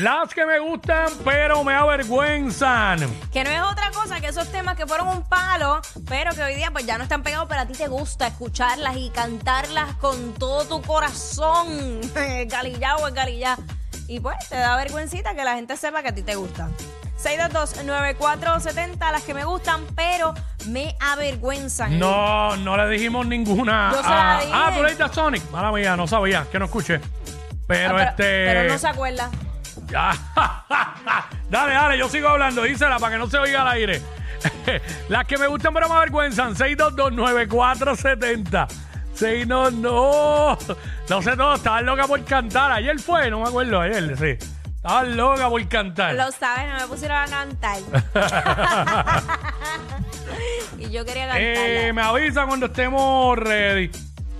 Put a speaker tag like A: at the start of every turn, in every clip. A: Las que me gustan, pero me avergüenzan.
B: Que no es otra cosa que esos temas que fueron un palo, pero que hoy día pues ya no están pegados, pero a ti te gusta escucharlas y cantarlas con todo tu corazón. Galillá o galillá. Y pues te da vergüencita que la gente sepa que a ti te gustan. 622-9470, las que me gustan, pero me avergüenzan. Ah,
A: No, no le dijimos ninguna.
B: Yo se
A: a-
B: la dije.
A: Ah, tú le diste a Sonic. Mala mía, no sabía, que no escuché.
B: Ah,
A: Pero,
B: pero,
A: este.
B: pero no se acuerda.
A: Ya. dale, dale, yo sigo hablando. Dísela para que no se oiga al aire. Las que me gustan, pero me avergüenzan. 6229470. 6 no, no. No sé todo, estaba loca por cantar. Ayer fue, no me acuerdo, ayer, sí. Estaba loca por cantar.
B: Lo sabes, no me pusieron a cantar. y yo quería cantarla.
A: Eh, me avisa cuando estemos ready.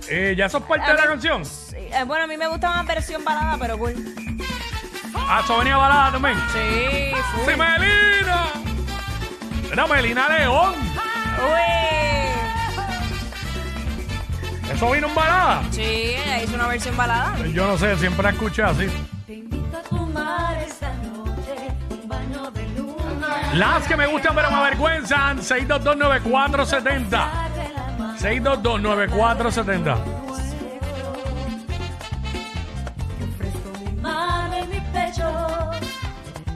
A: Eh, ¿Ya sos parte de la canción?
B: Sí, eh, bueno, a mí me gusta más versión balada, pero cool.
A: Ah, eso venía balada también.
B: Sí,
A: ¡Sí, Melina! Era Melina León.
B: Uy.
A: Eso vino en balada.
B: Sí, ella hizo una versión balada.
A: Yo no sé, siempre la escuché así.
C: Te invito a tomar esta noche un baño de luna.
A: Las que me gustan pero me avergüenzan. 6229470. 6229470.
C: Te ofrezco mi mano en mi pecho.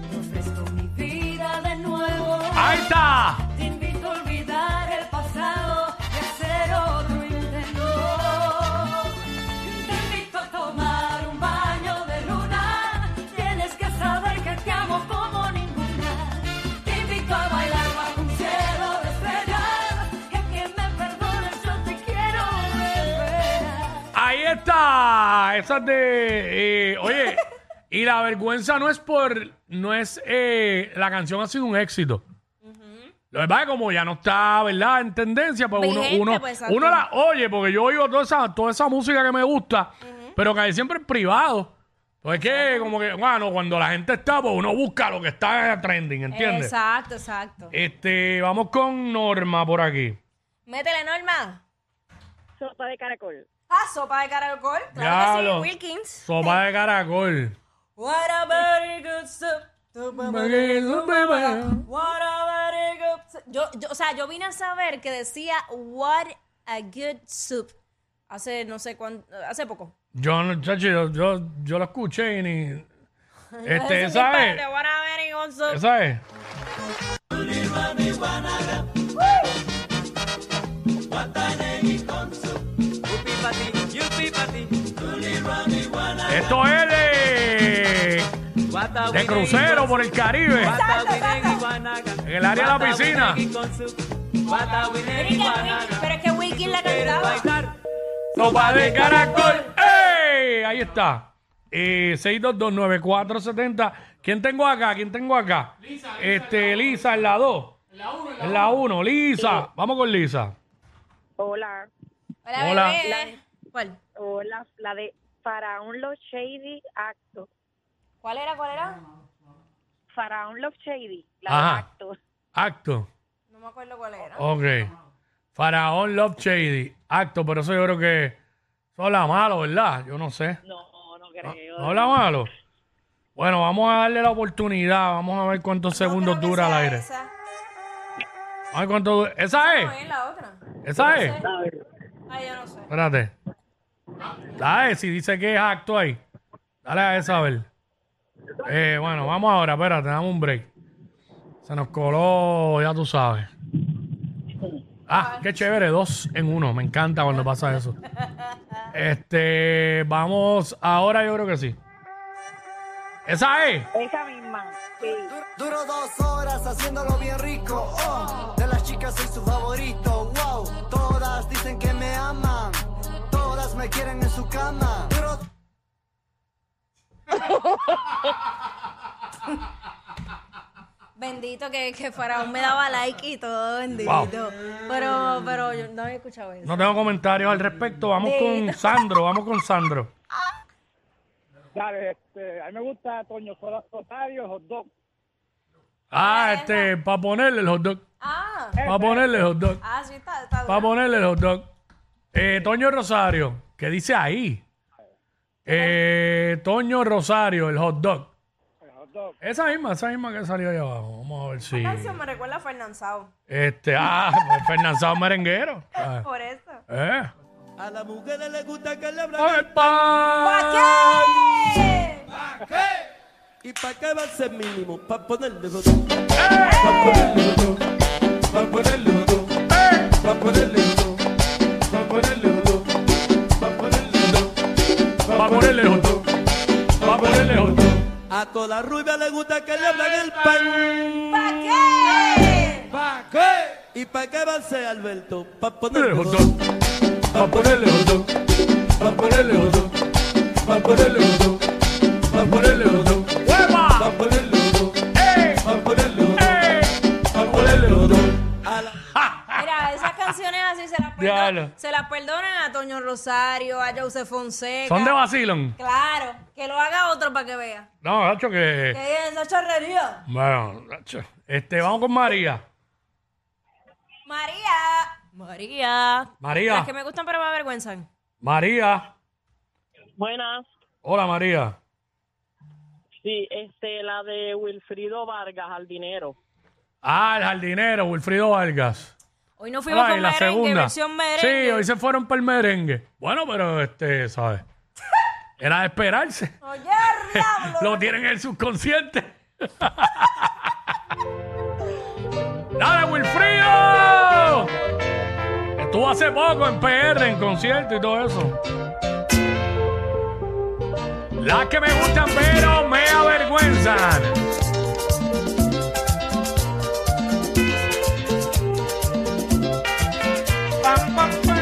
C: Te ofrezco mi vida de nuevo.
A: ¡Ahí está!
C: Te invito a olvidar el pasado y hacer otro intento. Te invito a tomar un baño de luna. Tienes que saber que te amo como ninguna. Te invito a bailar bajo un cielo de estrellas. Y a que me perdones, yo te quiero volver.
A: Ahí está. Esa es de. eh, oye, y la vergüenza no es por. No es. eh, la canción ha sido un éxito. Lo que pasa es que como ya no está, ¿verdad? En tendencia, pues uno,
B: Vigente,
A: uno,
B: pues, exacto.
A: uno la oye, porque yo oigo toda esa, toda esa música que me gusta, pero cae siempre en privado. Pues es que, como que, bueno, cuando la gente está, pues uno busca lo que está trending, ¿entiendes?
B: Exacto, exacto.
A: Este, vamos con Norma por aquí.
B: Métele, Norma.
D: Sopa de caracol.
B: Ah, sopa de caracol. Claro
A: Diablo.
B: que sí, Wilkins.
A: Sopa de caracol.
B: What a very good soup. What a very good soup. Yo, yo, o sea, yo vine a saber que decía what a good soup. Hace no sé cuánto, hace poco.
A: Yo, no- chacho, yo, yo, yo lo escuché y ni. Este,
B: Ese
A: esa es.
B: disparate, What a very good soup.
A: Esa es. Esto es de, de crucero por el Caribe, en el área de la piscina.
B: Pero es que Wilkins- Pero es que Wilkins la cantaba.
A: Sopa de caracol. ¡Ey! Ahí está. Eh, 6229470. ¿Quién tengo acá? ¿Quién tengo acá? Lisa. Este, Lisa, en la 2. En la 1. Lisa. Vamos con Lisa.
D: Hola,
B: Hola,
A: Hola.
B: bebé. ¿Cuál?
D: hola, la de Faraón Love Shady Acto.
B: ¿Cuál era? ¿Cuál era?
D: Faraón Love Shady, la
A: Ajá.
D: de Acto.
A: Acto.
B: No me acuerdo cuál era.
A: Ok. Faraón Love Shady. Acto, pero eso yo creo que. Eso habla malo, ¿verdad? Yo no sé.
D: No, no creo.
A: ¿No habla malo? Bueno, vamos a darle la oportunidad. Vamos a ver cuántos segundos
B: Creo que
A: dura al
B: sea
A: aire.
B: esa.
A: A ver cuánto dura. ¿Esa
B: No,
A: es?
B: es la otra.
A: ¿Esa es?
D: A ver,
B: Ay, yo no sé.
A: Espérate. Dale, si dice que es acto ahí. Dale a esa a ver. Eh, bueno, vamos ahora, espérate, dame un break. Se nos coló, ya tú sabes. Ah, qué chévere, dos en uno. Me encanta cuando pasa eso. Este, vamos, ahora yo creo que sí. Esa es.
D: Esa misma. Sí.
E: Duro dos horas haciéndolo bien rico. Oh, de las chicas soy su favorito. Wow, todas dicen que me aman. Todas me quieren en su cama. Duro
B: Bendito que, que Faraón me daba like y todo, bendito.
A: Wow.
B: Pero, pero yo no había escuchado eso.
A: No tengo comentarios al respecto. Vamos con Sandro, vamos con Sandro.
F: Dale, este, a mí me gusta Toño Sola- Rosario, hot dog.
A: Ah, este, para ponerle el hot dog.
B: Ah,
A: Para ponerle el hot dog.
B: ah, sí, está, está
A: Para
B: duro.
A: ponerle el hot dog. Eh, Toño Rosario, ¿qué dice ahí? Eh, Toño Rosario, el hot dog. Esa misma, esa misma que salió ahí abajo. Vamos a ver si.
B: Esta canción me recuerda a Fernanzao.
A: Este, ah, Fernanzado merenguero. Ah,
B: Por eso.
A: Eh.
E: a la mujer le gusta que le
A: Con el pan.
B: ¡Eh!
E: ¿Y para qué va a ser mínimo? Para ponerle dos. Para ponerle dos. Para ponerle dos. Para ponerle dos.
A: Va
E: Para ponerle dos.
A: a ponerle el hot dog. Va a ponerle el hot dog.
E: A toda rubia le gusta que le abran el pan.
B: ¿Para qué?
E: ¿Pa' qué? ¿Y para qué va a ser Alberto? Para ponerle
A: Ponerle hot
E: dos.
A: dog. Va a ponerle hot dog. Va a ponerle hot dog.
E: Para ponerle dos. Para ponerle dos.
A: ¡Hueva!
E: Para ponerle dos.
A: ¡Eh!
E: Para ponerle dos.
A: ¡Eh!
E: Para ponerle dos. A la-
B: Mira, esas canciones así se las
A: Diablo.
B: perdonan, se las perdonan a Toño Rosario, a Joseph Fonseca.
A: Son de vacilón.
B: Claro, que lo haga otro para que vea.
A: No, Nacho,
B: Que
A: que.
B: es esa chorrería.
A: Bueno, Nacho. Este, vamos con María.
B: María. María.
A: María.
B: Las que me gustan pero me avergüenzan.
A: María.
G: Buenas.
A: Hola, María.
G: Sí, este, la de Wilfrido Vargas, al dinero.
A: Ah, el jardinero, Wilfrido Vargas.
B: Hoy no fuimos
A: Ay,
B: con
A: Ah, la
B: merengue,
A: segunda.
B: versión merengue.
A: Sí, hoy se fueron para el merengue. Bueno, pero este, ¿sabes? Era de esperarse.
B: Oye, diablo.
A: Lo tienen en el subconsciente. ¡Dale, Wilfrido! Estuvo hace poco en PR, en concierto y todo eso. Las que me gustan, pero me avergüenzan. Pam, pam, pam.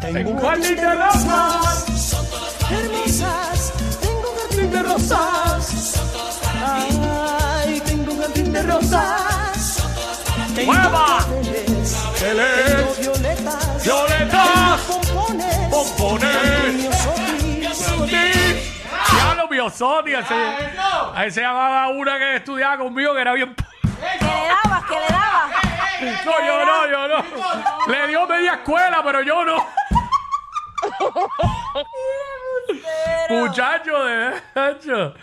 A: Tengo un jardín de rosas.
E: hermosas. Tengo un jardín de rosas. Ay, tengo un jardín de rosas. Tengo
A: ¡Hueva!
E: pasteles, tengo
A: Violetas,
E: violetas,
A: violetas,
E: pompones,
A: pompones.
E: miosotis.
A: Ya lo biosoti, ese, ahí se llamaba una que estudiaba conmigo que era bien. p-
B: Que le dabas, que le dabas.
A: No, yo no, yo no. Le dio media escuela, pero yo no. Muchacho, de hecho.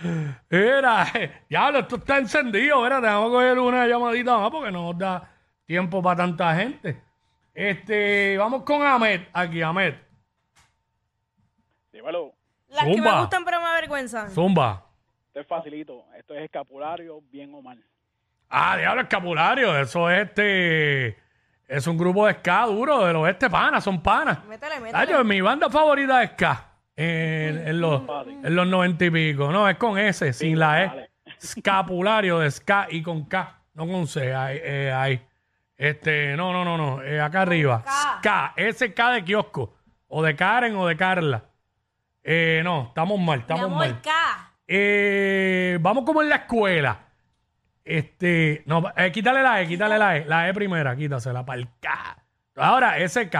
A: Mira, eh, diablo, esto está encendido. Mira, tenemos que coger una llamadita más porque no nos da tiempo para tanta gente. Este, vamos con Ahmed, aquí, Ahmed.
F: Dímelo,
B: Las que
A: Zumba.
B: me gustan pero me avergüenzan.
A: Zumba.
F: esto es facilito. Esto es escapulario, bien o mal.
A: Ah, diablo, escapulario. Eso es este. Es un grupo de ska duro del oeste, pana, son panas.
B: Métele,
A: Ah,
B: métele.
A: yo, mi banda favorita es Ska. En, en los, en los 90 y pico. No, es con S, sin la E. Escapulario de Ska y con K. No con C, ahí. eh, ahí. Este, no, no, no, no. eh, acá arriba. Ska. SK de kiosco. O de Karen o de Carla. Eh, no, estamos mal,
B: Mi
A: estamos
B: amor,
A: mal.
B: K.
A: Eh, vamos como en la escuela. Este, no, eh, quítale la E, quítale la E. La E primera, quítasela para el K. Ahora, SK.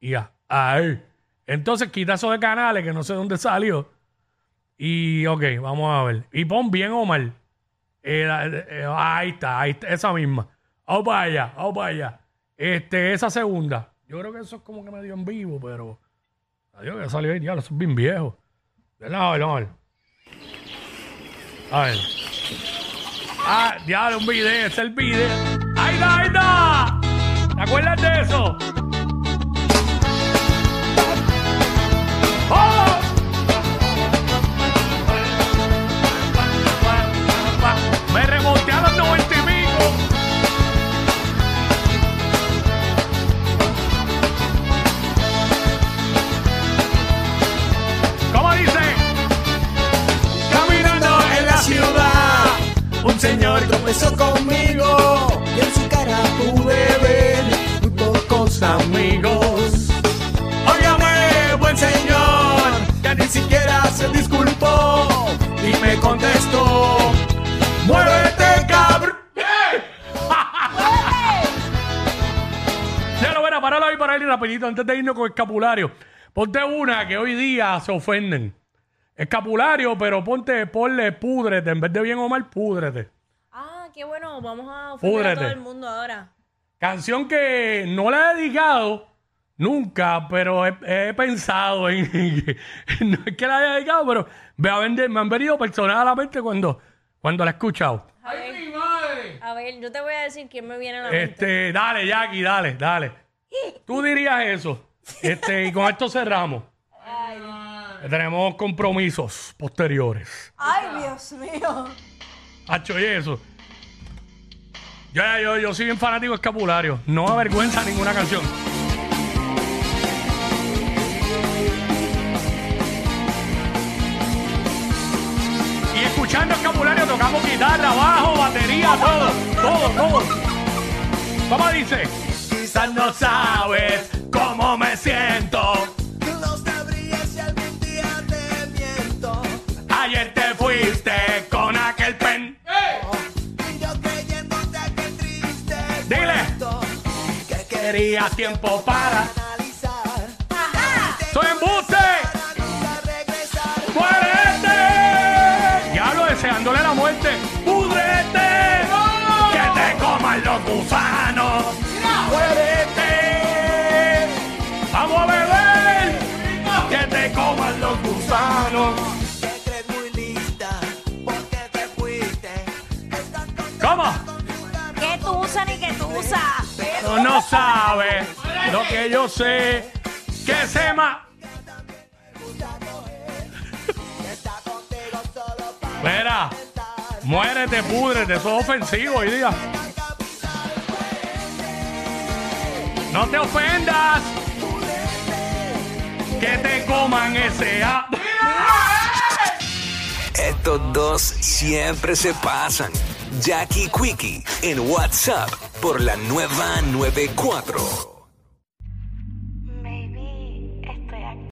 A: Y A. Ahí. Entonces, quita eso de canales que no sé dónde salió. Y, ok, vamos a ver. Y pon bien o mal. Eh, la- eh, ahí está, ahí está, esa misma. Vamos para allá, vamos para allá. Este, esa segunda. Yo creo que eso es como que me dio en vivo, pero. Adiós, que salió ahí, diablo, eso es bien viejo. Vamos a ver, vamos a ver. A ver. Ah, diablo, un video, es el video. ¡Ahí está, ahí está! ¿Te acuerdas de eso? ¡Oh!
H: señor tropezó conmigo y en su cara pude ver muy pocos amigos. Óigame, buen señor, ya ni siquiera se disculpó y me contestó, muévete cabrón.
A: Ya lo verá, paralo ahí, paralo ahí rapidito antes de irnos con escapulario. Ponte una que hoy día se ofenden. Escapulario, pero ponte, ponle púdrete. En vez de bien o mal, púdrete.
B: Ah, qué bueno. Vamos a ofender a todo
A: Púdrete.
B: el mundo ahora.
A: Canción que no la he dedicado nunca, pero he, he pensado en. no es que la haya dedicado, pero me, ha vende- me han venido personas a la mente cuando, cuando la he escuchado.
B: A ver, A ver, yo te voy a decir quién me viene a la mente.
A: Este, dale, Jackie, dale, dale. Tú dirías eso. Este, y con esto cerramos. Tenemos compromisos posteriores.
C: Ay, Dios mío.
A: Hacho, y eso. Yo, yo, yo soy bien fanático de escapulario. No avergüenza ninguna canción. Y escuchando escapulario tocamos guitarra, bajo, batería, todo, todo, todo. ¿Cómo dice?
H: Quizás no sabes cómo me siento.
C: No sabría si algún día te miento.
H: Ayer te fuiste con aquel pen.
C: Y yo creyéndote que triste.
H: Dile
C: Que
H: quería tiempo para
C: analizar.
A: ¡Soy embuste!
H: muérete,
A: Diablo, deseándole la muerte.
H: pudrete, que te coman los gusanos. Muérete,
A: ¡Vamos a beber!
H: que te coman los gusanos.
C: Te crees muy lista. Porque te fuiste. Estás contenta
A: ¿Cómo?
B: ¿Qué tú usas ni qué tú usas?
A: Tú no sabes lo que yo sé. Que se ma... Mira, muérete, púdrete, eso es ofensivo hoy día. No te ofendas. Que te coman ese a.
I: Estos dos siempre se pasan. Jackie Quickie en WhatsApp por la nueva 94.